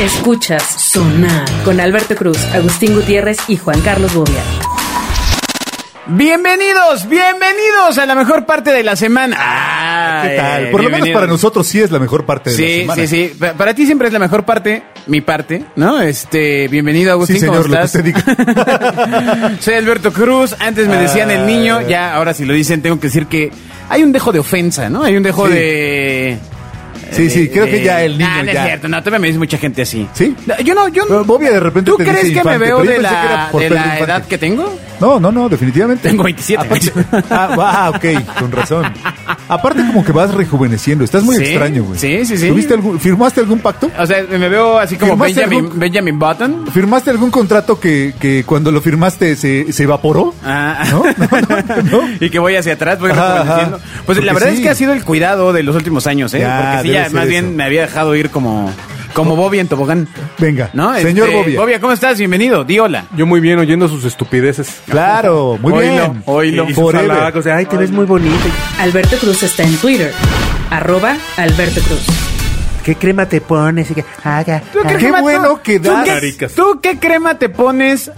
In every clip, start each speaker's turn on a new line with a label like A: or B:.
A: Escuchas Sonar con Alberto Cruz, Agustín Gutiérrez y Juan Carlos Bobia.
B: Bienvenidos, bienvenidos a la mejor parte de la semana. Ah,
C: ¿Qué
B: eh,
C: tal? Por lo menos
B: bienvenidos.
C: para nosotros sí es la mejor parte de la
B: Sí,
C: semana.
B: sí, sí. Pa- Para ti siempre es la mejor parte, mi parte, ¿no? Este, bienvenido Agustín,
C: Sí, señor,
B: ¿cómo
C: lo que
B: estás?
C: usted diga. Ah.
B: Soy Alberto Cruz, antes me decían el niño, ya ahora si lo dicen tengo que decir que hay un dejo de ofensa, ¿no? Hay un dejo
C: Sí.
B: de...
C: Sí, sí, creo que ya el niño
B: Ah, no es
C: ya.
B: cierto, no, todavía me dice mucha gente así.
C: ¿Sí?
B: No, yo no, yo no...
C: Pero Bobia de repente
B: ¿Tú
C: te
B: crees
C: dice
B: que me
C: infante,
B: veo
C: pero yo
B: de
C: pensé que
B: la,
C: era por
B: de
C: Pedro
B: la
C: Infante.
B: edad que tengo?
C: No, no, no, definitivamente.
B: Tengo 27.
C: Aparte- ah, va, ok, con razón. Aparte como que vas rejuveneciendo, estás muy
B: Sí,
C: extraño, güey.
B: sí, sí, sí.
C: ¿Tuviste algún- ¿Firmaste algún pacto?
B: O sea, me veo así como
C: ¿Firmaste
B: Benjamin,
C: algún-
B: Benjamin Button.
C: ¿Firmaste algún contrato que, que cuando lo firmaste se, se evaporó?
B: Ah.
C: ¿No? No, no, no.
B: Y que voy hacia atrás, voy
C: Ajá,
B: rejuveneciendo.
C: ajá.
B: Pues la
C: Porque
B: verdad es
C: sí.
B: que ha sido el cuidado de los últimos años, ¿eh?
C: Ya,
B: Porque sí,
C: debe
B: ya
C: ser
B: más
C: eso.
B: bien me había dejado ir como, como Bobby en tobogán.
C: Venga,
B: ¿No?
C: señor
B: Este,
C: Bobia.
B: Bobia, ¿cómo estás? Bienvenido, di hola.
D: Yo muy bien oyendo sus estupideces.
C: Claro, muy
B: Oílo,
C: bien.
B: oílo.
D: Y sus
C: Forever.
D: halagos de, ay, te ves muy bonito.
A: Alberto Cruz está en Twitter, arroba Alberto Cruz.
E: ¿Qué crema te pones? Y que, haga.
B: ¿Tú
C: Ah, Qué
B: crema-
C: bueno que
B: ¿tú
C: das.
B: qué,
D: Maricas.
B: tú qué crema te pones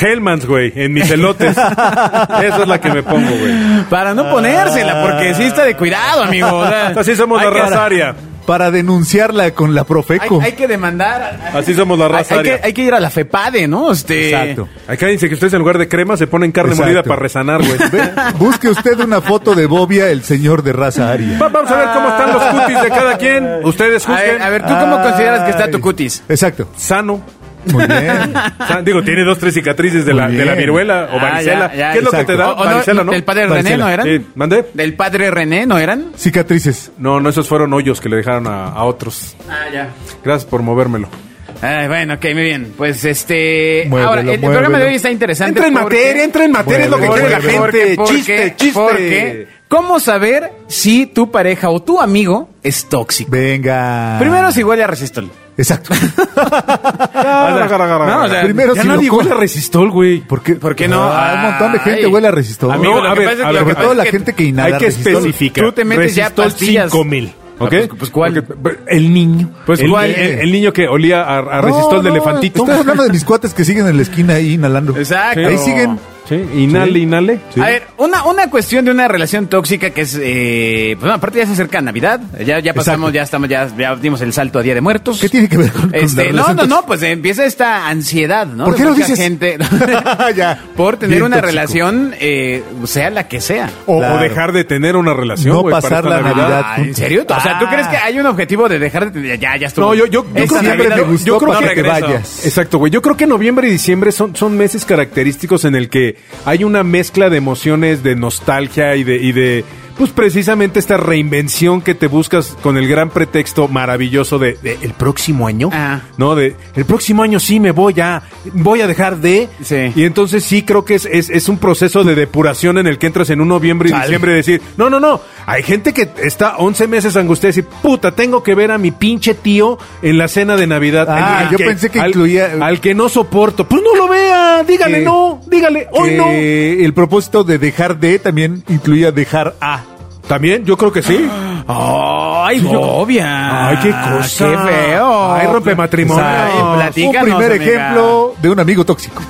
D: Hellmans, güey, en mis elotes. Esa es la que me pongo, güey.
B: para no ponérsela? Porque sí está de cuidado, amigo. o sea,
D: Así somos
B: hay
D: la
B: que-
D: raza aria.
C: Para denunciarla con la
B: Hay,
C: Profeco.
B: hay que demandar.
D: Así somos la
B: Hay,
D: raza
B: hay que,
D: aria.
B: hay que ir a la FEPADE, ¿no? Este,
C: Exacto.
D: Acá dice que ustedes en lugar de crema se ponen carne
C: Exacto.
D: molida para resanar, güey.
C: Ve, busque usted una foto de Bobia, el señor de raza aria.
D: Va- Vamos a ver cómo están los cutis de cada quien. Ustedes
B: A ver,
D: juzguen.
B: a ver, ¿tú cómo
C: Ay.
B: consideras que está tu cutis?
C: Exacto.
D: Sano.
C: Muy bien.
D: San- digo, tiene dos, tres cicatrices de la,
C: Muy
D: de la
C: bien.
D: viruela o
B: Ah,
D: varicela.
B: ya, ya,
D: ¿Qué es lo que
C: exacto.
D: te da?
B: O- o no,
D: varicela, ¿no?
B: ¿Del padre René
C: Varicela.
B: no eran?
D: Sí, ¿Mandé?
B: ¿Del padre René no eran?
C: Cicatrices.
D: No, no, esos fueron hoyos que le dejaron a, a otros.
B: Ah, ya.
D: Gracias por movérmelo.
B: Ay, bueno, ok, muy bien. Pues este.
C: Muévelo,
B: ahora, el
C: muévelo.
B: programa de hoy está interesante.
D: Entra en
B: porque-
D: materia, entra en materia,
C: es Ah, lo que quiere la
D: gente. Chiste, chiste.
B: Porque, ¿cómo saber si tu pareja o tu amigo es tóxico?
C: Venga.
B: Primero, si huele a resistol.
C: Exacto.
B: No, o sea,
C: Primero,
B: ya
C: si
B: nadie
C: lo
B: huele
C: come.
B: a resistol, güey.
C: ¿Por qué,
B: ¿Por qué no?
C: Ah, un montón de gente
B: Ay.
C: huele a resistol.
B: Amigo,
D: No,
B: lo
D: a
B: que
D: ver,
B: pasa es
D: a
B: que- lo
D: ver,
B: que
C: Sobre
B: pasa
C: todo
B: es
C: la
B: que
C: gente que inhala
D: Hay que
C: resistol.
D: especificar.
B: Tú te metes ya
D: Resistol
B: pastillas.
D: 5000, ¿ok?
B: Ah, pues- pues, ¿cuál?
D: Porque, pero, El niño.
B: Pues,
D: el,
B: ¿cuál?
D: El, el niño que olía a, a resistol
C: No,
D: de
C: no,
D: elefantito.
C: Estamos hablando de mis cuates que siguen en la esquina ahí inhalando.
B: Exacto.
C: Ahí siguen.
D: Sí, inhale, inhale. Sí.
B: A ver, una, una cuestión de una relación tóxica que es, eh, pues, bueno, aparte ya se acerca Navidad, ya, ya pasamos,
C: Exacto.
B: ya estamos, ya, ya dimos el salto a Día de Muertos.
C: ¿Qué tiene que ver con, con
B: Este, no,
C: la relación
B: no, no,
C: tóxica?
B: pues empieza esta ansiedad, ¿no?
C: ¿Por
B: De
C: qué lo
B: mucha
C: dices? Ah,
B: gente
C: Ya,
B: por tener
C: bien
B: una
C: tóxico.
B: relación, eh, sea la que sea.
D: O, o
C: Claro.
D: dejar de tener una relación.
C: No
D: güey, para
C: pasar
D: esta
C: la Navidad.
B: Ah, ¿En serio? O sea, ¿tú
C: Ah.
B: crees que hay un objetivo de dejar de... Ya, ya estuvo.
D: No, yo, yo, yo
B: Esta
D: creo que
B: Navidad
C: me
D: yo-
C: gustó
D: yo creo
C: para
D: que,
C: que
D: regreso.
C: vayas.
D: Exacto, güey. Yo creo que noviembre y diciembre son, son meses característicos en el que hay una mezcla de emociones, de nostalgia y de, y de, pues precisamente esta reinvención que te buscas con el gran pretexto maravilloso de, de el próximo año.
B: Ah.
D: No, de el próximo año sí me voy a, voy a dejar de.
B: Sí.
D: Y entonces sí creo que es, es, es un proceso de depuración en el que entras en un noviembre y
C: Chale.
D: diciembre y decir, no, no, no, hay gente que está 11 meses angustiada y dice, puta, tengo que ver a mi pinche tío en la cena de Navidad.
C: Ah,
D: Al
C: yo pensé que
D: al-
C: incluía-
D: Al que no soporto, pues no lo vea, dígale
C: Que-
D: no, dígale, hoy no.
C: Que Oh, El propósito de dejar de también incluía dejar a.
D: También, yo creo que sí.
B: ¡Ay, obvia!
D: Ay, qué cosa.
B: Ah, ¡Qué feo!
D: Ay, rompe matrimonio.
B: Oh, Ay, platícanos,
C: un primer
B: amiga.
C: ejemplo de un amigo tóxico.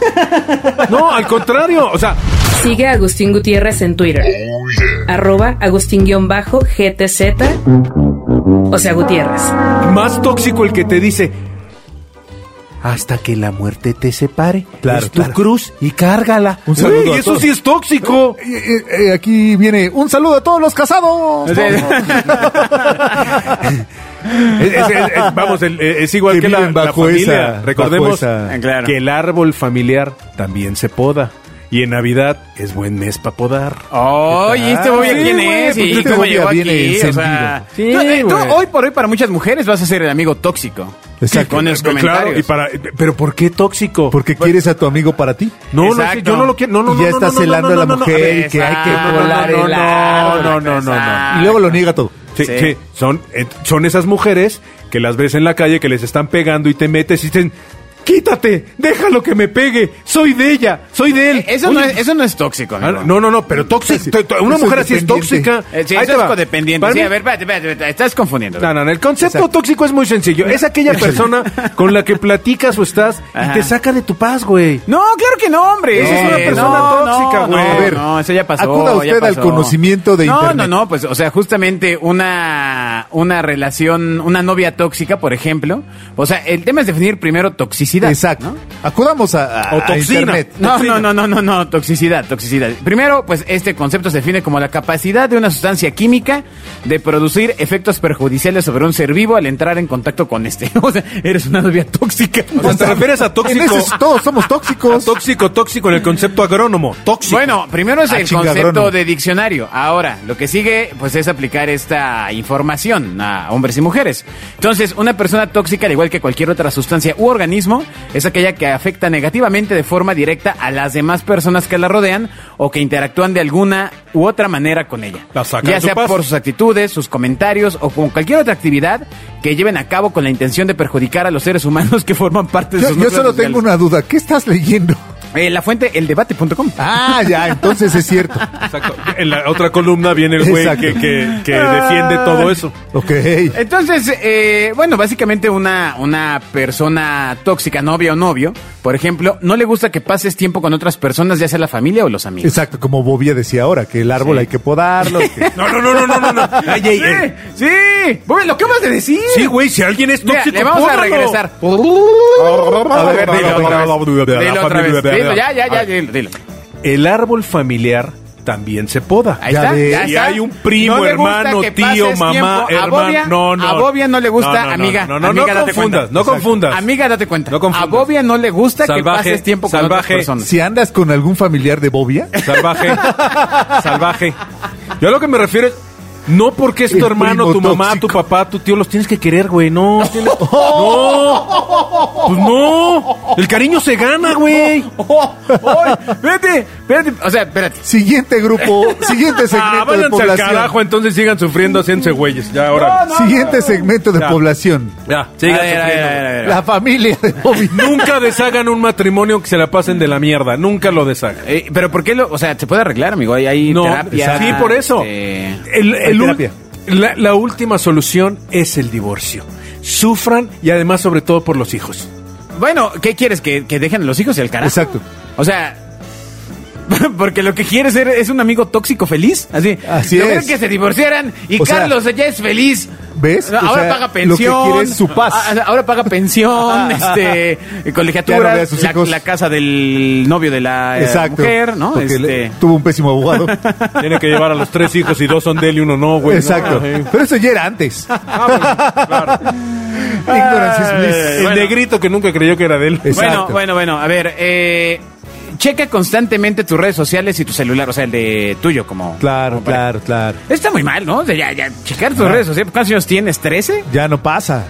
D: No, al contrario, o sea,
A: Sigue a Agustín Gutiérrez en Twitter, arroba Agustín-GTZ, o sea Gutiérrez.
D: más tóxico el que te dice,
E: Hasta que la muerte te separe.
C: Claro,
E: es tu
C: claro.
E: cruz y cárgala.
C: Un saludo
D: "Güey,
C: a
D: eso
C: todos.
D: sí es tóxico.
C: Eh, eh, eh, aquí viene un saludo a todos los casados.
B: O sea,
D: Es- es- es- es- vamos, el- eh, es igual que,
C: Que
D: la,
C: viven
D: la
C: bajo
D: familia.
C: esa-
D: Recordemos
C: bajo esa-
B: Ah, claro.
D: que el árbol familiar también se poda. Y en Navidad es buen mes para podar.
B: Oye, este Bobia
C: Sí,
B: quién
C: güey,
B: es
C: pues
B: y
C: este
B: cómo
C: Bobia
B: llegó
C: viene
B: aquí. O
C: encendido.
B: sea,
D: Sí,
B: tú, eh, tú
D: güey.
B: hoy por hoy para muchas mujeres vas a ser el amigo tóxico.
C: Exacto.
B: Con esos
D: Eh, claro,
B: comentarios.
D: y para, eh, pero ¿por qué tóxico?
C: Porque quieres a tu amigo para ti.
D: no, no,
B: Exacto.
D: sí, yo no lo quiero. No, no,
C: Y
D: no,
C: ya
D: no,
C: estás
D: no, no,
C: celando
D: no,
C: a la
D: no, no,
C: mujer
D: no,
C: y que hay que
D: no, no,
C: volar
D: no,
C: el
D: no, no, no, no, no.
B: Exacto.
C: Y luego lo niega todo.
D: Sí,
B: Sí.
D: sí, son, eh, son esas mujeres que las ves en la calle, que les están pegando y te metes y dicen, Quítate, déjalo que me pegue. Soy de ella, soy de él.
B: Eh, Eso, no
D: Oye,
B: es, eso no es tóxico,
D: Ah,
B: amigo.
D: No, no, no, pero tóxica. t- t- Una
C: eso
D: mujer
C: es
D: así es
C: dependiente.
D: tóxica.
B: Eh, sí,
D: Ahí
B: eso
D: te
B: es
D: va.
B: codependiente.
D: Para
B: Sí,
D: mí-
B: a ver, espérate, espérate, espérate, estás confundiendo.
D: No, no, no, el concepto
C: Exacto.
D: tóxico es muy sencillo. Es aquella persona con la que platicas o estás
B: Ajá.
D: y te saca de tu paz, güey.
B: No, claro que no, hombre.
D: Esa es una persona tóxica, güey.
B: No,
D: A ver,
B: no, eso ya pasó.
C: acuda
B: ya
C: usted al
B: pasó.
C: conocimiento de
B: no,
C: Internet.
B: No, no, pues, o sea, justamente una, una relación, una novia tóxica, por ejemplo. O sea, el tema es definir primero toxicidad.
C: Exacto.
B: ¿no?
C: Acudamos a, a-
D: O
C: a
D: toxina.
C: Internet.
B: No, no, no, no, no, no, toxicidad, toxicidad. Primero, pues este concepto se define como la capacidad de una sustancia química de producir efectos perjudiciales sobre un ser vivo al entrar en contacto con este. O sea, eres una novia tóxica.
D: O sea, te refieres a tóxico.
C: En ese- todos somos tóxicos.
D: Tóxico, tóxico en el concepto agrónomo. Tóxico.
B: Bueno, primero es
C: Ah,
B: el
C: chinga,
B: concepto
C: Bruno.
B: de diccionario. Ahora, lo que sigue, pues es aplicar esta información a hombres y mujeres. Entonces, una persona tóxica, al igual que cualquier otra sustancia u organismo, es aquella que afecta negativamente de forma directa a las demás personas que la rodean o que interactúan de alguna u otra manera con ella.
D: La saca
B: ya
D: de su
B: sea
D: paz.
B: por sus actitudes, sus comentarios o con cualquier otra actividad que lleven a cabo con la intención de perjudicar a los seres humanos que forman parte de
C: Yo,
B: sus
C: yo
B: núcleos
C: solo
B: sociales.
C: tengo una duda. ¿Qué estás leyendo?
B: Eh, la fuente, eldebate.com.
C: Ah, ya, entonces es cierto.
D: Exacto. En la otra columna viene el güey
C: Exacto.
D: que, que- que defiende
B: Ah.
D: todo eso.
C: Ok.
B: Entonces, eh, bueno, básicamente una, una persona tóxica, novia o novio, por ejemplo, no le gusta que pases tiempo con otras personas, ya sea la familia o los amigos.
C: Exacto, como Bobia decía ahora, que el árbol hay que podarlo. que-
D: No, no, no, no, no, no. no. Ay, ay,
B: Sí,
D: ay.
B: sí. Güey, lo que acabas de decir.
D: Sí, güey, si alguien es
B: Mira,
D: tóxico,
B: le vamos
D: pónganlo.
B: a regresar. A ver, dilo otra vez. Dilo otra vez. Dilo, ya, ya, ya, dilo, dilo.
D: El árbol familiar también se poda.
B: Ahí
C: Ya
B: está,
C: ves.
B: ya
D: Y
B: está.
D: hay un primo,
B: No le gusta
D: hermano,
B: que
D: tío,
B: pases
D: mamá,
B: tiempo. A
D: hermano.
B: Bobia-
D: no, no.
B: A Bobia no le gusta,
D: No, no, no,
B: amiga.
D: No, no, no,
B: Amiga, date
D: confundas,
B: cuenta.
D: no confundas.
B: Amiga, date cuenta.
D: No
B: a
D: confundas.
B: Bobia no le gusta
D: Salvaje,
B: que pases tiempo con
D: salvaje.
B: otras personas.
C: Si andas con algún familiar de Bobia,
D: Salvaje. salvaje. Yo a lo que me refiero es. No porque es tu
C: El
D: hermano,
C: primo
D: tu mamá,
C: tóxico.
D: tu papá, tu tío, los tienes que querer, güey. No. tienes- No. Pues no. El cariño se gana, güey.
B: ¡Oh! ¡Oh! ¡Espérate! ¡Espérate! O sea, espérate.
C: siguiente grupo, siguiente segmento
D: Ah,
C: de
D: váyanse al
C: población.
D: carajo, entonces sigan sufriendo, haciéndose güeyes. Ya, ahora.
C: Siguiente segmento de
D: Ya.
C: población.
D: Ya, sigan
B: A ver, a ver, a ver, a
D: sufriendo.
B: ver.
C: La familia de Bobia.
D: Nunca deshagan un matrimonio que se la pasen de la mierda. Nunca lo deshagan.
B: Eh, pero ¿por qué lo...? O sea, ¿se puede arreglar, amigo? Hay, hay
D: No,
B: terapia.
D: sí, por eso.
B: eh,
D: El- el
C: Hay
D: ul-
C: terapia.
D: la, la última solución es el divorcio. Sufran y además, sobre todo, por los hijos.
B: Bueno, ¿qué quieres? ¿Que, que dejen a los hijos y al carajo?
C: Exacto.
B: O sea... Porque lo que quieres ser es un amigo tóxico feliz. Así,
C: Así
B: Yo
C: es.
B: creo que se divorciaran y
C: O sea,
B: Carlos ya es feliz.
C: ¿ves? O
B: Ahora
C: sea,
B: paga
C: lo que
B: pensión.
C: quiere es su paz.
B: A- a- Ahora paga pensión, este, colegiatura,
C: Ya no ve a sus
B: la,
C: hijos.
B: la casa del novio de la eh,
C: Exacto.
B: mujer, ¿no?
C: Porque le-
B: Este,
C: tuvo un pésimo abogado.
D: Tiene que llevar a los tres hijos y dos son de él y uno no, güey. ¿no?
C: Exacto.
D: Ajá.
C: Pero eso ya era antes.
B: Ah,
C: Ignorance is bliss.
D: El
B: Bueno.
D: negrito que nunca creyó que era de él.
C: Es-
B: Bueno,
C: Exacto.
B: bueno, bueno, a ver, eh, checa constantemente tus redes sociales y tu celular, o sea, el de tuyo como...
C: Claro,
B: como para-
C: claro, claro.
B: Está muy mal, ¿no? O sea, ya, ya, checar tus redes sociales. ¿Cuántos años tienes? ¿13?
C: Ya no pasa.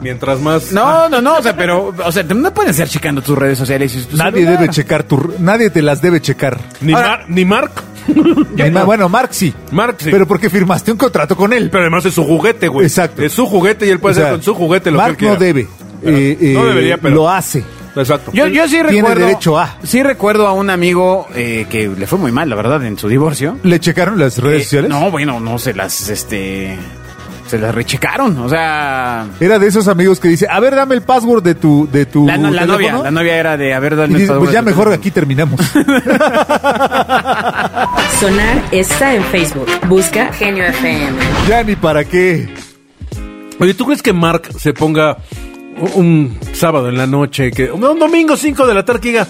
D: Mientras más.
B: No,
C: Ah.
B: no, no, o sea, pero, o sea, no pueden ser checando tus redes sociales y tu
C: Nadie
B: celular.
C: debe checar tu... Nadie te las debe checar.
D: Pues Ni,
B: Ahora-
D: Mar- ni Mark.
C: Ni ma- Bueno, Mark sí.
D: Mark sí.
C: Pero porque firmaste un contrato con él.
D: Pero además es su juguete, güey.
C: Exacto.
D: Es su juguete y él puede
C: O sea,
D: hacer con su juguete lo
C: Mark
D: que él quiera.
C: no debe. Eh, eh,
D: no debería, pero-
C: Lo hace.
D: Exacto.
B: Yo, yo sí
C: Tiene
B: recuerdo...
C: derecho a.
B: Sí recuerdo a un amigo eh, que le fue muy mal, la verdad, en su divorcio.
C: ¿Le checaron las redes
B: Eh,
C: sociales?
B: no, bueno, no, se las, este... Se las rechecaron, o sea...
C: Era de esos amigos que dice, a ver, dame el password de tu, de tu
B: La, no- la
C: teléfono".
B: novia, la novia era de haber dado
C: Y dice, pues ya mejor aquí terminamos.
A: Sonar está en Facebook. Busca Genio FM.
C: ya ni para qué.
D: Oye, ¿tú crees que Mark se ponga u- un sábado en la noche, que un domingo 5 de la tarde que diga,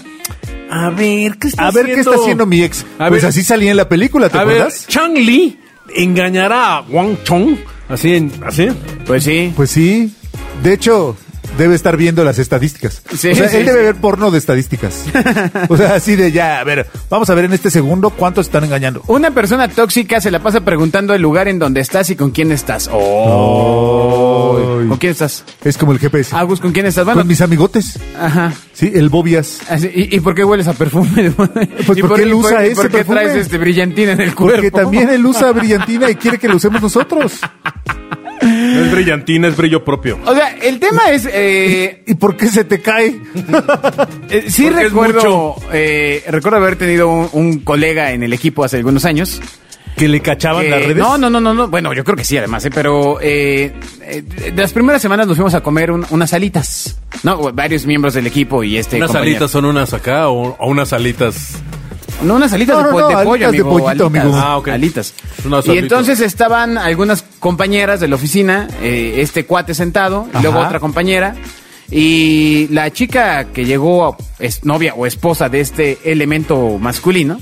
D: a ver, ¿qué está
C: A ver qué está haciendo mi ex.
D: A
C: pues
D: ver.
C: así salía en la película, ¿te
D: A ver,
C: acuerdas?
D: Chang Li engañará a Wang Chong, así, en- así.
B: Pues sí.
C: Pues sí. De hecho, debe estar viendo las estadísticas.
B: Sí,
C: o sea,
B: sí,
C: él debe
B: sí.
C: ver porno de estadísticas. o sea, así de ya, a ver, vamos a ver en este segundo cuántos están engañando.
B: Una persona tóxica se la pasa preguntando el lugar en donde estás y con quién estás. Oh. ¿Con quién estás?
C: Es como el GPS.
B: Agus, ¿con quién estás? Ah, Bueno,
C: Con mis amigotes.
B: ajá.
C: Sí, el Bobias.
B: Así, ¿Y, y por qué hueles a perfume? ¿Y
C: porque él
B: y
C: usa
B: y
C: ese
B: ¿Por qué
C: perfume?
B: traes este brillantina en el cuerpo?
C: Porque también él usa brillantina y quiere que lo usemos nosotros.
D: No es brillantina, es brillo propio.
B: O sea, el tema es. eh,
C: ¿Y por qué se te cae?
B: eh, sí
D: Porque es
B: recuerdo.
D: mucho.
B: eh, recuerdo haber tenido un, un colega en el equipo hace algunos años.
C: ¿Que le cachaban
B: que-
C: las redes?
B: No, no, no, no, no. Bueno, yo creo que sí, además, ¿eh? pero eh, eh, de las primeras semanas nos fuimos a comer un- unas alitas. No, varios miembros del equipo y este.
F: ¿Unas
B: compañero.
F: alitas son unas acá o, o unas alitas?
B: No, unas alitas
C: No,
B: de,
C: no,
B: po-
C: no,
B: de
C: alitas
B: pollo,
C: de
B: amigo.
C: pollito,
B: alitas,
C: amigo.
F: Ah, ok.
B: Alitas.
F: Unas
B: y
F: alitas.
B: entonces estaban algunas compañeras de la oficina, eh, este cuate sentado, y luego otra compañera. Y la chica que llegó, es novia o esposa de este elemento masculino,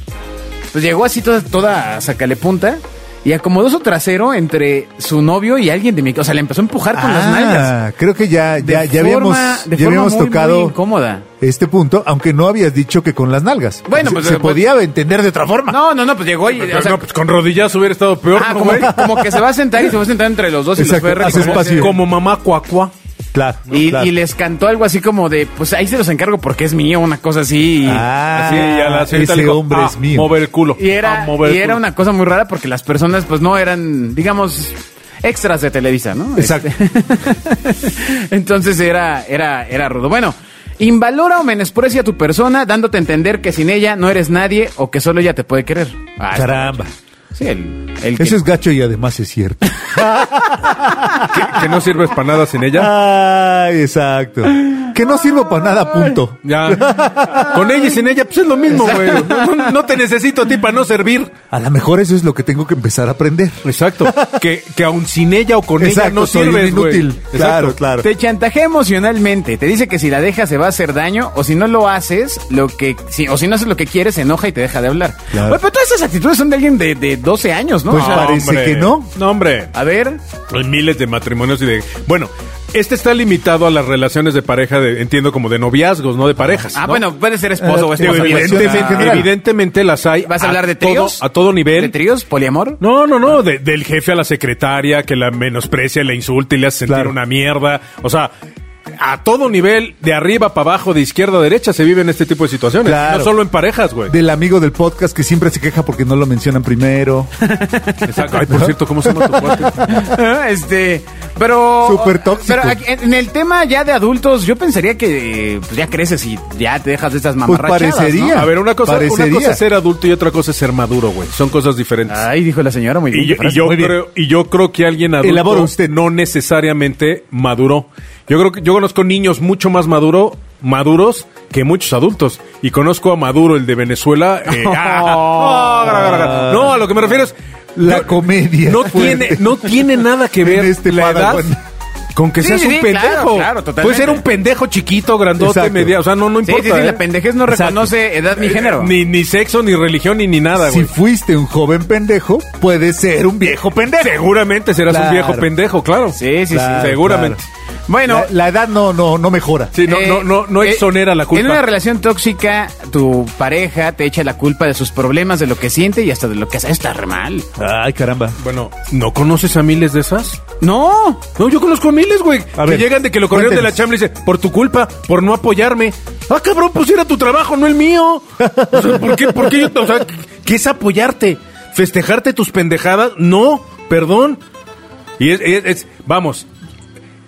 B: pues llegó así toda, toda sacale punta y acomodó su trasero entre su novio y alguien de mi... O sea, le empezó a empujar con las nalgas.
C: Ah, creo que ya,
B: De
C: ya, ya
B: forma-
C: habíamos,
B: de
C: ya
B: forma
C: habíamos
B: muy, muy
C: tocado
B: incómoda.
C: este punto, aunque no habías dicho que con las nalgas.
B: Bueno,
C: se,
B: pues,
C: se
B: pues-
C: podía entender de otra forma.
B: No, no, no, pues llegó y... o sea,
D: No, pues con rodillas hubiera estado peor,
B: ah,
D: ¿no,
B: como,
D: güey?
B: como que se va a sentar y se va a sentar entre los dos
C: Exacto,
B: y los fue
C: hace
B: recogiendo.
C: espacio.
D: Como mamá cuacuá.
C: Claro,
B: Y,
C: claro.
B: y les cantó algo así como de, pues ahí se los encargo porque es mío, una cosa así. Y,
C: Ah,
D: Así, y a la señorita
C: ese
D: le dijo,
C: hombre
D: "Ah,
C: es mío.
D: Mover el culo.
B: y era,
D: Ah, mover el
B: y era
D: culo".
B: una cosa muy rara porque las personas pues no eran, digamos, extras de Televisa, ¿no?
C: Exacto.
B: Este- Entonces era, era, era rudo. Bueno, invalora o menosprecia a tu persona dándote a entender que sin ella no eres nadie o que solo ella te puede querer. Ah, está
C: Caramba.
B: gacho. Sí, el, el que-
C: Eso es gacho y además es cierto.
D: ¿Qué? ¿Que no sirves para nada sin ella?
C: Ay, exacto. Que no sirvo para nada, punto.
D: Ya. Con ella y sin ella, pues es lo mismo, güey. No, no- no te necesito a ti para no servir.
C: A lo mejor eso es lo que tengo que empezar a aprender.
D: Exacto. Que, que aun sin ella o con ella
C: Exacto,
D: no
C: soy
D: sirves, güey.
C: inútil.
D: Exacto.
C: Claro, claro.
B: Te chantajea emocionalmente. Te dice que si la dejas se va a hacer daño o si no lo haces, lo que si, o si no haces lo que quieres, se enoja y te deja de hablar.
C: Claro.
B: Oye, pero todas esas actitudes son de alguien de, de 12 años, ¿no?
C: Pues
B: O sea,
C: parece
D: Ah, Hombre.
C: que no.
D: No, hombre.
B: A ver,
D: Hay Pues, miles de matrimonios y de... Bueno, este está limitado a las relaciones de pareja, de, entiendo, como de noviazgos, no de parejas.
B: ah,
D: ¿no? Eh,
B: bueno, puede ser esposo o
D: Digo,
B: esposa.
C: Pues,
D: evidentemente,
C: en general.
D: evidentemente las hay.
B: ¿Vas a hablar de
D: todo-
B: tríos?
D: a todo nivel.
B: ¿De tríos? ¿Poliamor?
D: No, no, no, de- del jefe a la secretaria que la menosprecia, la insulta y le hace sentir
C: Claro.
D: una mierda. O sea, a todo nivel, de arriba para abajo, de izquierda a derecha, se viven este tipo de situaciones.
C: Claro.
D: No solo en parejas, güey.
C: Del amigo del podcast que siempre se queja porque no lo mencionan primero.
D: Exacto. Ay, por cierto, ¿cómo se llama tu cuate?
B: este, pero.
C: Súper tóxico.
B: Pero aquí- en el tema ya de adultos, yo pensaría que pues, ya creces y ya te dejas de estas mamarrachadas. ¿no?
C: Pues parecería.
D: A ver, una cosa, una
C: Parecería.
D: cosa es ser adulto y otra cosa es ser maduro, güey. Son cosas diferentes.
B: Ay, dijo la señora muy bien.
D: Y yo,
B: qué frase.
D: y yo
B: Muy bien.
D: creo, y yo creo que alguien adulto este
C: Elabora usted.
D: no necesariamente maduró. Yo creo que yo conozco niños mucho más maduro, maduros que muchos adultos. Y conozco a Maduro, el de Venezuela. eh, ah, ah, gra, gra, gra. no, a lo que me refiero es.
C: Oh, La
D: yo-
C: comedia.
D: No
C: fuerte.
D: tiene, no tiene nada que ver
C: En este
D: la edad
C: Padawan.
D: con que
B: Sí,
D: seas
B: sí,
D: un
B: sí, claro,
D: pendejo.
B: claro, totalmente.
D: Puede ser un pendejo chiquito, grandote,
C: Exacto.
D: media. O sea, no, no
B: Sí,
D: importa.
B: sí, sí,
D: ¿eh?
B: la pendejez no
D: Exacto.
B: reconoce edad Eh, ni género.
D: Ni, ni sexo, ni religión, ni, ni nada,
C: Si
D: güey.
C: fuiste un joven pendejo, puedes ser un viejo pendejo.
D: Seguramente serás un
C: Claro.
D: viejo pendejo, claro.
B: Sí, sí, sí.
C: Claro,
D: Seguramente.
B: Bueno,
C: La, la edad no, no, no mejora.
D: Sí, no,
B: eh,
D: no, no, no
B: eh,
D: exonera la culpa.
B: En una relación tóxica, tu pareja te echa la culpa de sus problemas, de lo que siente y hasta de lo que hace. Está re mal.
C: Ay, caramba.
D: Bueno, ¿no conoces a miles de esas?
B: No.
D: No, yo conozco a miles, güey.
C: A
D: que
C: ver,
D: llegan de que lo corrieron de la
C: cuéntenos.
D: chamba y dicen, por tu culpa, por no apoyarme. Ah, cabrón, pues era tu trabajo, no el mío. O sea, ¿por qué, por qué yo, te- o sea, qué es apoyarte? ¿Festejarte tus pendejadas? No, perdón. Y es, es- es- vamos,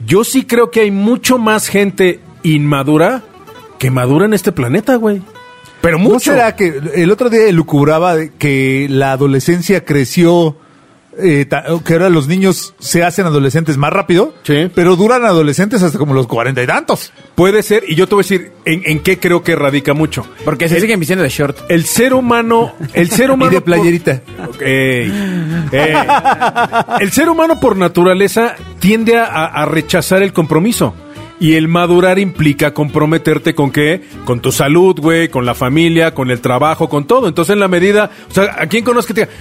D: yo sí creo que hay mucho más gente inmadura que madura en este planeta, güey. Pero mucho.
C: ¿No será que el otro día lucubraba que la adolescencia creció, eh, ta- que ahora los niños se hacen adolescentes más rápido,
D: Sí.
C: pero duran adolescentes hasta como los cuarenta y tantos?
D: Puede ser, y yo te voy a decir en, en qué creo que radica mucho.
B: Porque se siguen vistiendo de short.
D: El ser humano, el ser humano
C: Y de playerita.
D: Ok. Ey. El ser humano por naturaleza tiende a, a rechazar el compromiso. Y el madurar implica comprometerte con qué? Con tu salud, güey, con la familia, con el trabajo, con todo. Entonces, en la medida, o sea, ¿a quién conozco que te diga,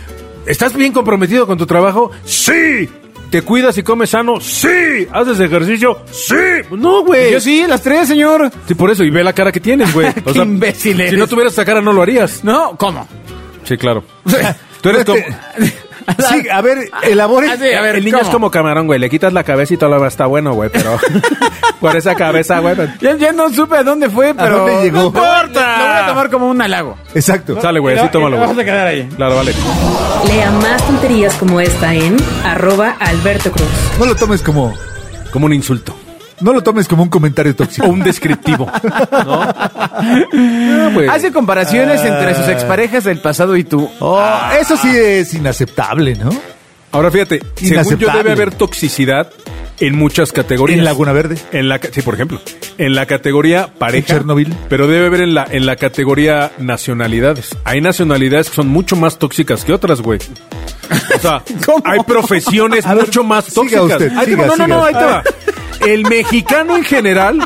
D: ¿estás bien comprometido con tu trabajo? ¡Sí! ¿Te cuidas y comes sano? ¡Sí! ¿Haces ejercicio? ¡Sí! No, güey.
B: Yo sí, las tres, señor.
D: Sí, por eso, y ve la cara que tienes, güey.
B: Qué imbécil
D: Si
B: eres.
D: no tuvieras esa cara, no lo harías.
B: No, ¿cómo?
D: Sí, claro. Tú eres como.
C: Sí, a ver, elabore.
B: Ah, sí, a ver,
D: el niño
B: ¿cómo?
D: es como camarón, güey. Le quitas la cabeza y todo lo va está bueno, güey, pero. Por esa cabeza, güey. pero-
B: Ya, ya no supe a dónde fue, pero.
C: dónde llegó?
B: ¡No importa! Lo voy a tomar como un halago.
C: Exacto.
D: Sale, güey,
B: Y
D: así
B: lo-
D: tómalo,
B: y lo Vamos a
D: güey.
B: quedar ahí.
D: Claro, vale.
A: Lea más tonterías como esta en arroba Alberto Cruz.
C: No lo tomes como.
D: Como un insulto.
C: No lo tomes como un comentario tóxico.
D: O un descriptivo. ¿No? No, Ah, güey. Ah.
B: Hace comparaciones entre sus exparejas del pasado y tú.
C: Oh, eso sí es inaceptable, ¿no?
D: Ahora fíjate, según yo
C: Inaceptable.
D: debe haber toxicidad en muchas categorías.
C: En Laguna Verde.
D: En la, ca- sí, por ejemplo. En la categoría pareja.
C: En Chernobyl.
D: Pero debe haber en la, en la categoría nacionalidades. Hay nacionalidades que son mucho más tóxicas que otras, güey. O sea, hay profesiones
C: A ver,
D: mucho más
C: siga
D: tóxicas.
C: usted,
D: Ahí te
C: siga,
D: va, no, no,
C: siga. Ah.
D: no, ahí te va. El mexicano en general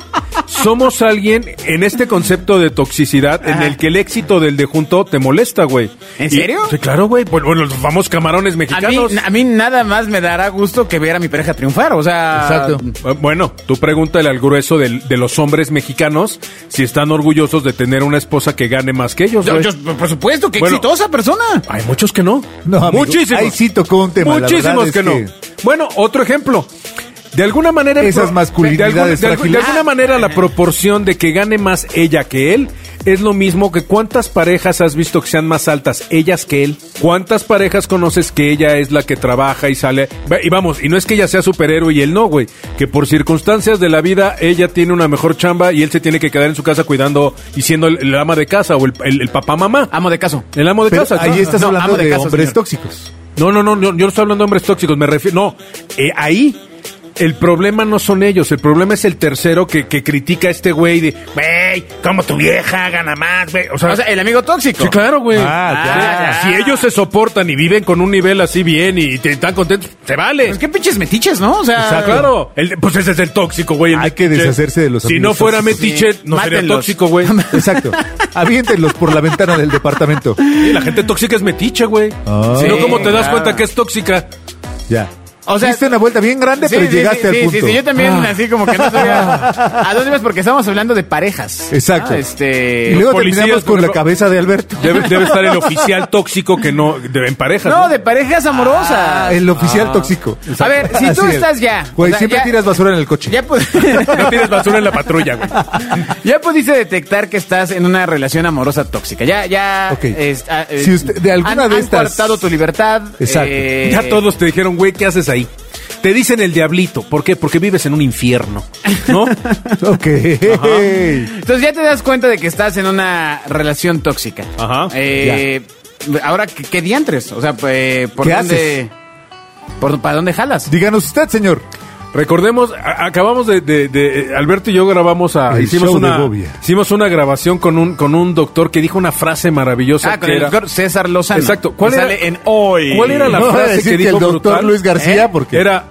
D: somos alguien en este concepto de toxicidad en el que el éxito del de junto te molesta, güey.
B: ¿En
D: Y-
B: serio?
D: sí, claro, güey. Bueno, bueno, los famosos camarones
B: A mí,
D: mexicanos.
B: a mí nada más me dará gusto que ver a mi pareja triunfar, o sea...
C: Exacto.
D: Eh, Bueno, tú pregúntale al grueso del- de los hombres mexicanos si están orgullosos de tener una esposa que gane más que ellos.
B: Yo-
D: güey.
B: yo, por supuesto, qué
D: Bueno.
B: exitosa persona.
D: Hay muchos que no.
C: No, amigo,
D: Muchísimos.
C: ahí sí tocó un tema, la
D: Muchísimos
C: verdad
D: que
C: es
D: no.
C: que-
D: Bueno, otro ejemplo. De alguna manera...
C: Esas
D: pro-
C: masculinidades
D: de alguna- de, algu- de
C: frágiles.
D: alguna manera la proporción de que gane más ella que él es lo mismo que cuántas parejas has visto que sean más altas ellas que él. ¿Cuántas parejas conoces que ella es la que trabaja y sale? Va- Y vamos, y no es que ella sea superhéroe y él no, güey. Que por circunstancias de la vida ella tiene una mejor chamba y él se tiene que quedar en su casa cuidando y siendo el, el ama de casa o el, el- el papá-mamá.
B: Amo de caso.
D: El amo de
C: Pero
D: casa.
C: ahí
D: claro.
C: estás
B: no,
C: hablando
B: amo
C: de,
B: de casa,
C: hombres
B: señor.
C: tóxicos.
D: No, no, no, yo, yo no estoy hablando de hombres tóxicos, me refiero. No, eh, ahí el problema no son ellos, el problema es el tercero que, que critica a este güey de, güey, como tu vieja gana más, güey. O sea,
B: O sea, el amigo tóxico.
D: sí, claro, güey.
B: Ah,
D: Sí,
B: ya.
D: Si ellos se soportan y viven con un nivel así bien y te- están contentos, se vale.
B: Pues qué pinches metiches, ¿no? O sea...
D: Ah, claro, El- pues ese es el tóxico, güey. el
C: Hay que
D: metiche.
C: deshacerse de los
D: Si
C: amigos
D: no fuera
C: tóxicos.
D: metiche,
B: Sí,
D: no sería
B: mátenlos.
D: tóxico, güey.
C: Exacto. Aviéntenlos por la ventana del departamento.
D: Sí, la gente tóxica es metiche, güey.
C: Ah.
D: Si no, ¿cómo te das
B: claro.
D: cuenta que es tóxica?
C: Ya.
B: O sea-
C: Diste una vuelta bien grande,
B: Sí,
C: pero
B: sí,
C: llegaste
B: sí,
C: al
B: sí,
C: punto. Ah.
B: Sí, sí, yo también así como que no sabía... ¿A dónde ibas? Porque estamos hablando de parejas.
C: Exacto.
B: Ah, este...
C: y luego
D: los policías,
C: terminamos
D: por
C: con la
D: ejemplo.
C: cabeza de Alberto.
D: Debe, debe estar el oficial tóxico que no, de- en pareja.
B: No, de parejas amorosas.
C: Ah, el oficial tóxico.
B: A ver, si tú
C: Así es.
B: estás ya-
C: Güey,
B: o sea,
C: siempre
B: ya-
C: tiras basura en el coche.
B: Ya, pu-
D: No tienes basura en la patrulla, güey.
B: ya pudiste detectar que estás en una relación amorosa tóxica. Ya, ya.
C: Ok.
B: es- ah, eh,
C: Si usted- de alguna
B: han,
C: de
B: han
C: estas-
B: coartado tu libertad.
C: Exacto.
B: eh,
D: Ya todos te dijeron, güey, ¿qué haces ahí? Te dicen el diablito. ¿Por qué? Porque vives en un infierno, ¿no?
C: Ok.
B: Entonces ya te das cuenta de que estás en una relación tóxica.
D: Ajá,
B: Eh, ahora, ¿qué, qué diantres? O sea, pues, ¿por
C: ¿Qué
B: dónde. Por, ¿Para dónde jalas?
C: Díganos usted, señor.
D: Recordemos, a- acabamos de, de- de- Alberto y yo grabamos a...
C: El
D: hicimos,
C: show de
D: una,
C: Bobia.
D: hicimos una grabación con un, con un doctor que dijo una frase maravillosa
B: Ah, con
D: que
B: el
D: era-
B: doctor César Lozano.
D: Exacto. ¿Cuál
B: Que
D: era-
B: sale en hoy?
D: ¿Cuál era la
C: No, voy a
D: frase
C: decir
D: que
C: que el
D: dijo
C: doctor
D: brutal?
C: Luis García,
D: ¿Eh?
C: porque-
D: Era...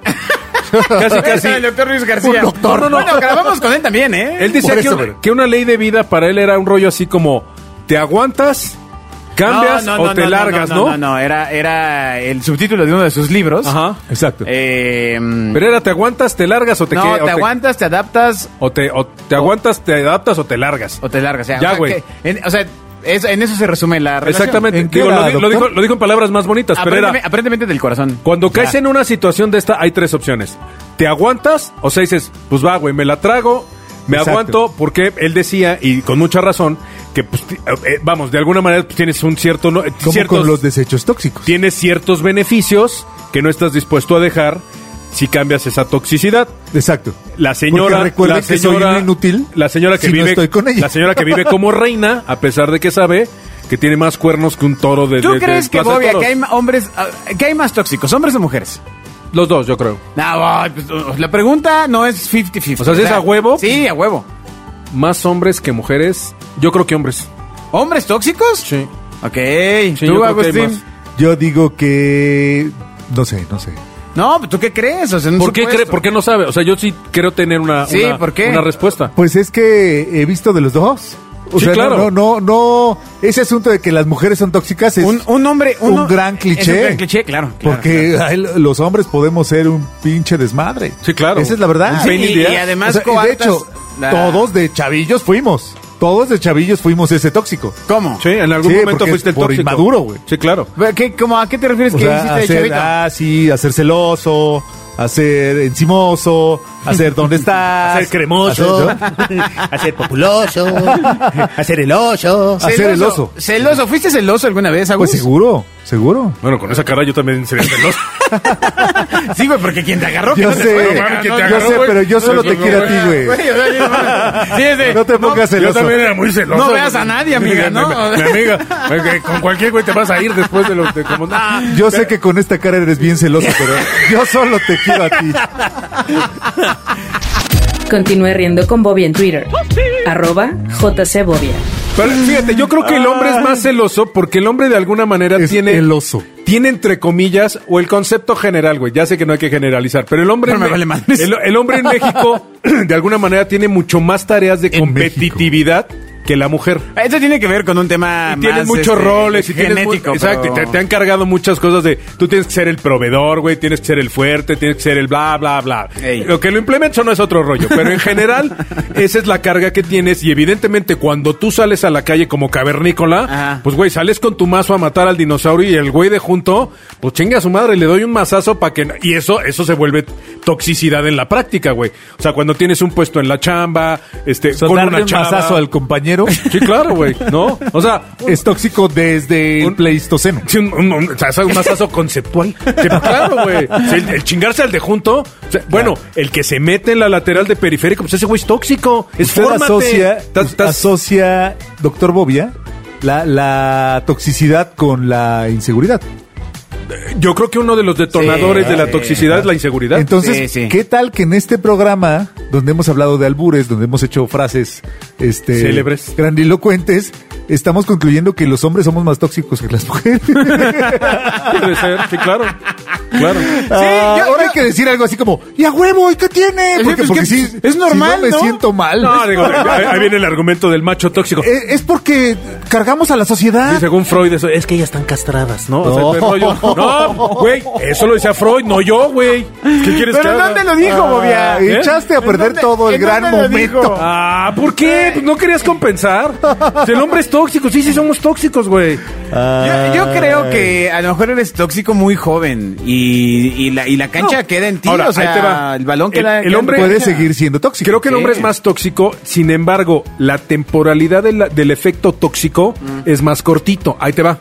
D: casi,
B: Casi,
D: casi...
B: El doctor Luis García.
C: Un doctor.
B: No, no, no. Bueno, grabamos con él también, ¿eh?
D: Él decía
C: Por
D: que,
C: eso,
D: una,
C: pero-
D: que una ley de vida para él era un rollo así como te aguantas, cambias o te largas, ¿no?
B: No, no, no, era, era el subtítulo de uno de sus libros.
D: Ajá, exacto.
B: Eh,
D: Pero era te aguantas, te largas o te
B: no,
D: que-
B: te
D: o
B: aguantas, te adaptas
D: O te, o te aguantas, te adaptas o te largas.
B: o te largas. O sea,
D: Ya,
B: o sea,
D: güey.
B: que- en- o sea, es- en eso se resume la relación.
D: Exactamente.
C: ¿En qué
D: Digo,
C: era,
D: lo, di- lo
C: doctor?
D: dijo, lo dijo en palabras más bonitas, pero
B: Aparentemente,
D: era
B: aparentemente del corazón.
D: cuando caes en una situación de esta hay tres opciones. Te aguantas, o sea, dices, pues va, güey, me la trago. Me
C: Exacto.
D: aguanto porque él decía, y con mucha razón, que pues, ti- eh, vamos, de alguna manera pues, tienes un cierto... No, eh,
C: Como
D: ciertos-
C: con los desechos tóxicos.
D: tienes ciertos beneficios que no estás dispuesto a dejar si cambias esa toxicidad.
C: Exacto.
D: La señora,
C: Porque recuerden
D: la
C: que soy
D: señora-
C: un inútil
D: la señora que
C: si no
D: vive,
C: estoy con ella.
D: la señora que vive como reina, a pesar de que sabe que tiene más cuernos que un toro de.
B: ¿Tú
D: de- de
B: crees que,
D: plaza de
B: Bobia,
D: toros.
B: que hay ma- hombres, ah, que hay más tóxicos, hombres o mujeres?
D: los dos, yo creo,
B: No, pues, uh, la pregunta no es 50-50.
D: O sea, si es a huevo.
B: Sí, a huevo.
D: más hombres que mujeres? Yo creo que hombres.
B: ¿Hombres tóxicos?
D: Sí.
B: Ok.
D: Sí, yo
B: ¿Tú,
D: creo que hay
B: Agustín?
D: más.
C: Yo digo que. No sé, no sé.
B: No, pues, ¿tú qué crees? O sea, en un
D: ¿Por qué,
B: supuesto.
D: cree- ¿Por qué no sabe? O sea, yo sí quiero tener una,
B: Sí,
D: una,
B: ¿por qué?
D: una respuesta.
C: Pues es que he visto de los dos. O
D: Sí,
C: sea,
D: claro.
C: no, no, no, no. Ese asunto de que las mujeres son tóxicas es.
B: Un, un hombre...
C: un
B: uno-
C: gran cliché.
B: Es un gran cliché, claro. claro,
C: Porque ay, los hombres podemos ser un pinche desmadre.
D: Sí, claro.
C: Esa es la verdad.
D: Un
B: Sí, y,
D: idea.
B: y además
C: O sea, y de
B: coartas
C: hecho,
B: la-
C: todos de chavillos fuimos. Todos de chavillos fuimos ese tóxico.
B: ¿Cómo?
D: Sí, en algún
C: Sí,
D: momento
C: porque
D: fuiste el
C: por
D: tóxico.
C: inmaduro, güey.
D: Sí, claro.
B: ¿Qué, cómo, ¿A qué te refieres
C: O
B: que
C: sea,
B: hiciste de
C: hacer,
B: chavito?
C: ah, sí, hacer celoso, a ser encimoso, a ser dónde estás.
G: Hacer cremoso, hacer populoso, hacer el oso.
C: Ah, Hacer el oso.
B: Celoso. ¿Fuiste celoso alguna vez, Agus?
C: Pues seguro, seguro.
F: Bueno, con esa cara yo también sería celoso.
B: Sí, güey, porque quien te agarró. que
C: Yo
B: no te
C: sé,
B: fue, no mames,
F: que
C: yo
B: no,
F: te
B: no,
F: agarró,
C: sé,
F: güey.
C: pero yo solo
F: No,
C: te
F: no,
C: quiero a ti,
F: no,
C: güey.
B: Güey, o sea, yo no- sí, es de-
C: No te pongas
F: Yo
C: celoso.
F: también era muy celoso.
B: No veas a nadie, amiga, ¿no?
F: Mi, mi amiga, porque con cualquier güey te vas a ir después de lo de como nah.
C: Yo sé que con esta cara eres bien celoso, pero yo solo te quiero a ti.
A: Continúe riendo con Bobby en Twitter. Arroba JC Bobia.
D: Pero fíjate, yo creo que el hombre es más celoso porque el hombre de alguna manera
C: Es
D: tiene.
C: el oso.
D: Tiene entre comillas, o el concepto general, güey. Ya sé que no hay que generalizar, pero el hombre.
B: Pero me
D: en Me-
B: vale madres.
D: el, el hombre en México, de alguna manera, tiene mucho más tareas de competitividad que la mujer.
B: Esto tiene que ver con un tema
D: Y tienes
B: más,
D: muchos
B: este,
D: roles y tienes mu-
B: genético.
D: exacto, y
B: pero-
D: te, te han cargado muchas cosas de tú tienes que ser el proveedor, güey, tienes que ser el fuerte, tienes que ser el bla bla bla.
B: Ey.
D: Lo que lo implemento no es otro rollo, pero en general esa es la carga que tienes y evidentemente cuando tú sales a la calle como cavernícola,
B: Ajá.
D: pues güey, sales con tu mazo a matar al dinosaurio y el güey de junto, pues chinga a su madre, le doy un mazazo para que no- y eso eso se vuelve toxicidad en la práctica, güey. O sea, cuando tienes un puesto en la chamba, este
C: Con
D: con
C: darle
D: una
C: un
D: chava-
C: mazazo al compañero
D: Sí, claro, güey, ¿no? O sea,
C: es tóxico desde el
D: Un-
C: pleistoceno.
D: Sí, un, un- un- o sea, es un mazazo conceptual. Sí, pues, claro, güey. O sea, el, el chingarse al de junto. o sea, bueno, el que se mete en la lateral de periférico, pues ese güey es tóxico. Es
C: Usted
D: fórmate.
C: asocia,
D: Estás-
C: usted
D: estás-
C: asocia, doctor Bobia, la, la toxicidad con la inseguridad.
D: yo creo que uno de los detonadores
B: Sí,
D: de la
B: sí.
D: toxicidad es la inseguridad.
C: Entonces,
B: Sí, sí.
C: ¿qué tal que en este programa, donde hemos hablado de albures, donde hemos hecho frases este,
D: Célebres.
C: grandilocuentes, estamos concluyendo que los hombres somos más tóxicos que las mujeres?
D: Puede ser, sí, claro. Claro.
C: Ah,
B: yo-
C: ahora
B: yo-
C: hay que decir algo así como, ya huevo, ¿y qué tiene?
B: Sí,
C: Porque,
B: pues,
C: porque
B: ¿qué?
C: sí,
B: Es
C: si
B: normal,
C: no me
B: ¿no?
C: siento mal.
D: No, digo, ahí, ahí viene el argumento del macho tóxico.
C: es, Eh, es porque cargamos a la
D: Sí,
C: sociedad.
D: según Freud, eso es que ellas están castradas, ¿no? O sea, el rollo- no, güey, eso lo decía Freud, no yo, güey. ¿Qué quieres que
B: Pero
D: haga? ¿eh?
B: no te lo dijo,
C: Ah,
B: Bobia.
C: y echaste a
B: ¿eh? ¿En
C: perder
B: dónde-
C: todo el
B: en
C: gran
B: dónde lo
C: momento.
B: dijo?
D: Ah, ¿por qué? Pues no querías compensar. Si El hombre es tóxico, sí, sí somos tóxicos, güey.
B: Yo, yo creo que a lo mejor eres tóxico muy joven y, y la, y la cancha
D: No.
B: queda en ti.
D: Ahora,
B: o sea,
D: ahí te va.
B: el balón
D: El-
B: queda
D: el
B: queda en
D: hombre-
B: tu
C: Puede
B: cancha.
C: seguir siendo ¿eh? tóxico.
D: Creo que el
B: Sí.
D: hombre es más tóxico, sin embargo, la temporalidad de la- del efecto tóxico
B: Mm.
D: es más cortito. Ahí te va.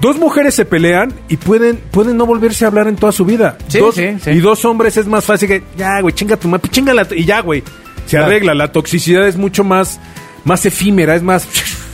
D: Dos mujeres se pelean y pueden, pueden no volverse a hablar en toda su vida.
B: Sí,
D: Dos-
B: sí, sí.
D: Y dos hombres es más fácil que, ya, güey, chinga tu madre, pues, chinga la tu- y ya, güey. Se
C: Claro.
D: arregla, la toxicidad es mucho más, más efímera, es más...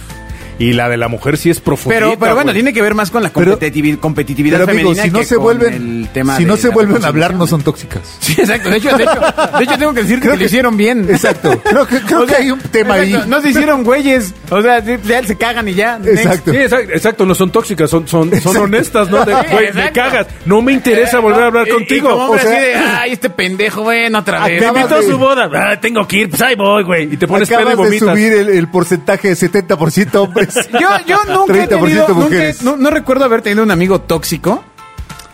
D: Y la de la mujer sí es profunda.
B: Pero, pero bueno, tiene que ver más con la
C: Pero-
B: competitivi- competitividad
C: Pero amigo,
B: femenina
C: si no
B: que
C: se
B: con
C: vuelven,
B: el tema
C: si
B: de
C: no se
B: la
C: vuelven a hablar,
B: reconciliación.
C: no son tóxicas.
B: Sí, exacto. De hecho, de hecho, de hecho tengo que decir que,
C: Creo
B: lo
C: que-
B: hicieron bien.
C: Exacto. Creo que- creo que hay un tema ahí.
B: No se hicieron güeyes. O sea, sí, ya se cagan y ya. Next.
C: Exacto.
D: Sí, exacto, exacto, no son tóxicas, son, son, son honestas, ¿no? De,
B: Sí,
D: güey, me
B: exacto.
D: cagas, Eh, no me interesa volver a hablar
B: Y- y
D: contigo.
B: como hombre
C: O sea-
B: así de, ay, este pendejo, bueno, otra vez.
C: Acabas
B: Invitó a
C: de-
B: su boda. Ah, tengo que ir, pues ahí voy, güey.
D: y te pones pedo y
C: Acabas de
D: vomitas.
C: subir el, el porcentaje de 70% hombres.
B: Yo, yo nunca he
C: 30%
B: tenido, nunca,
C: mujeres.
B: no, no recuerdo haber tenido un amigo tóxico.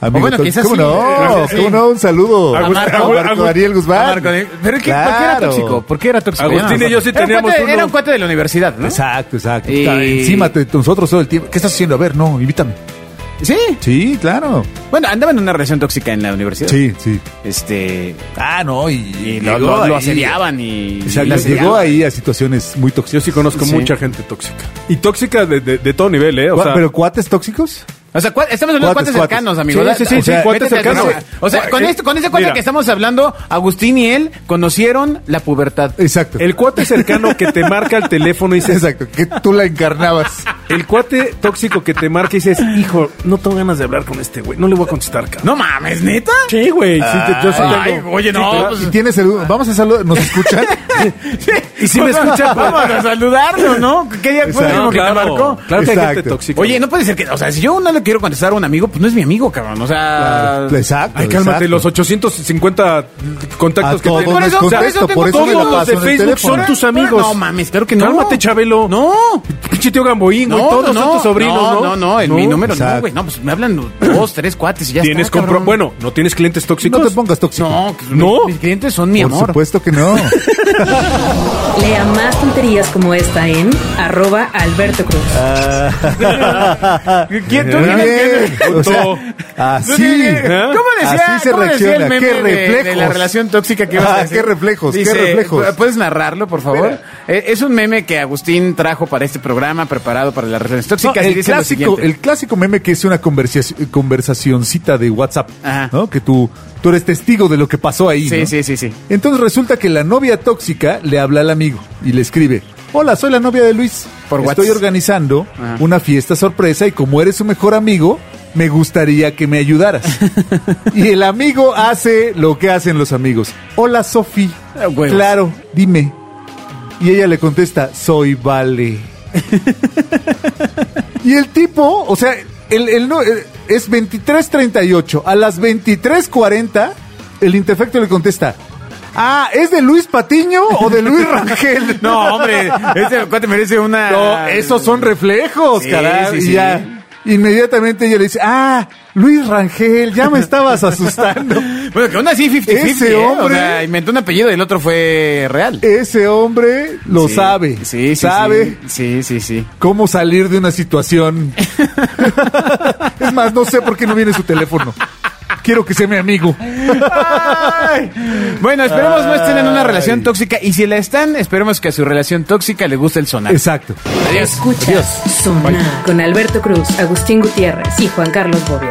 C: Amigo,
B: bueno,
C: tóxico.
B: quizás
C: ¿Cómo
B: sí,
C: no?
B: eh, sí.
C: ¿Cómo no? Un saludo.
D: A Marco,
C: A Marco
D: a Marco.
C: Ariel Guzmán.
B: A Marco de- Pero ¿qué, ¿por qué era
C: Claro.
B: tóxico? ¿Por qué era tóxico?
D: Agustín
B: Ya no me
D: y yo sí
B: acuerdo. Era un
D: teníamos
B: cuate-
D: uno.
B: Era un cuate de la universidad, ¿no?
C: Exacto, exacto.
B: Y-
C: Está Encima de nosotros todo el tiempo. ¿Qué estás haciendo? A ver, no, invítame.
B: Sí.
C: Sí, claro.
B: Bueno, andaba en una relación tóxica en la universidad.
C: Sí, sí.
B: Este.
C: Ah, no, y,
B: Y lo, lo, lo asediaban y. y la
C: Exacto,
B: asediaban.
C: llegó ahí a situaciones muy
D: Yo
C: tóxicas.
D: sí conozco
B: Sí.
D: mucha gente tóxica. Y tóxica de, de- de todo nivel, ¿eh? O
C: Gua-
D: sea,
C: ¿Pero cuates tóxicos?
B: O sea, cua- estamos hablando
C: Cuates,
B: de cuates cercanos,
C: cuates.
B: amigos.
D: Sí, sí, sí,
B: O sea,
D: sí, cuates
B: métete al
D: cercanos.
B: programa. O sea, con,
D: Eh,
B: esto, con ese cuate
D: mira.
B: que estamos hablando, Agustín y él conocieron la pubertad.
C: Exacto.
D: el cuate cercano que te marca el teléfono y dices,
C: Exacto, que tú la encarnabas.
D: el cuate tóxico que te marca y dices, hijo, no tengo ganas de hablar con este güey, no le voy a contestar, cabrón.
B: No mames, neta.
D: Sí, güey. sí, te- yo sí
B: Ay,
D: tengo-
B: oye, no. pues-
C: Y tienes el... Vamos a saludar. ¿Nos escuchan?
D: Y si me escucha, pues-
B: vamos a saludarlo, ¿no? ¿Qué día fue el
C: Exacto.
B: último que te
D: claro,
B: marcó?
D: claro que hay gente
C: Exacto.
D: tóxica.
B: Oye, no puede ser que, o sea, si yo no le quiero contestar a un amigo, pues no es mi amigo, cabrón. O sea,
C: Exacto.
D: Ay, cálmate,
C: exacto.
D: los 850 contactos
C: A
D: que
C: todos
D: tengo.
C: les
D: O sea,
C: contesto,
D: tengo
C: por eso me la
D: todos los
C: paso
D: de
C: en el
D: Facebook
C: teléfono.
D: son tus amigos.
B: No mames, claro que no.
D: Cálmate, Chabelo.
B: No.
D: Pinche tío Gamboín, güey,
B: No,
D: todos
B: no,
D: son tus sobrinos, ¿no?
B: No, no, no, en mi número
C: exacto.
B: no, güey. No, pues me hablan dos, tres cuates y ya
D: Tienes
B: está,
D: compro...
B: cabrón.
D: Bueno, ¿no tienes clientes tóxicos?
C: No te pongas tóxico.
B: No, que-
D: ¿No?
B: mis clientes son mi
C: Por
B: amor.
C: supuesto que no.
A: Lea más tonterías como esta en arroba Alberto Cruz.
B: Ah, ¿Quién tú
C: Muy
B: tienes que-
C: bien. O sea,
B: tú
C: así.
B: tienes que- ¿eh? ¿Cómo decía,
C: ¿eh? así se
B: cómo decía el
C: reacciona.
B: meme
C: Qué
B: de-
C: reflejos.
B: De, la relación tóxica que ibas a
C: Ah,
B: decir?
C: qué reflejos, qué
B: Dice,
C: reflejos.
B: ¿pu- ¿Puedes narrarlo, por favor? Eh, Es un meme que Agustín trajo para este programa, preparado para las relaciones
C: No,
B: tóxicas. y
C: el,
B: dice lo
C: clásico,
B: siguiente.
C: el clásico meme que es una conversaci- conversacioncita de WhatsApp,
B: Ajá.
C: ¿no? Que tú, tú eres testigo de lo que pasó ahí.
B: Sí,
C: ¿no?
B: sí, sí, sí.
C: Entonces resulta que la novia tóxica le habla al amigo y le escribe: Hola, soy la novia de Luis.
B: Por
C: Estoy
B: WhatsApp.
C: organizando
B: Ajá.
C: una fiesta sorpresa y como eres su mejor amigo, me gustaría que me ayudaras. y el amigo hace lo que hacen los amigos. Hola, Sofi.
B: Ah, huevos.
C: Claro, dime. Y ella le contesta: Soy Vale. Y el tipo, o sea, el, el no, el- es 23.38. A las 23.40, el interfecto le contesta. Ah, ¿es de Luis Patiño o de Luis Rangel?
B: No, hombre, ese Este cuate merece una.
C: No, esos son reflejos,
B: Sí,
C: caray.
B: sí, sí.
C: Y ya, inmediatamente ella le dice, ah, Luis Rangel, ya me estabas asustando.
B: Bueno, que aún así 50-50.
C: Ese
B: ¿eh? O
C: hombre-
B: sea, inventó un apellido y el otro fue real.
C: Ese hombre lo
B: Sí,
C: sabe.
B: Sí, sí.
C: Sabe
B: Sí, sí, sí.
C: cómo salir de una situación. es más, no sé por qué no viene su teléfono. Quiero que sea mi amigo.
B: Bueno, esperemos no estén en una
C: Ay.
B: relación tóxica y si la están, esperemos que a su relación tóxica le guste el sonar.
C: Exacto.
B: Adiós.
A: Escuchas Sonar con Alberto Cruz, Agustín Gutiérrez y Juan Carlos Bobia.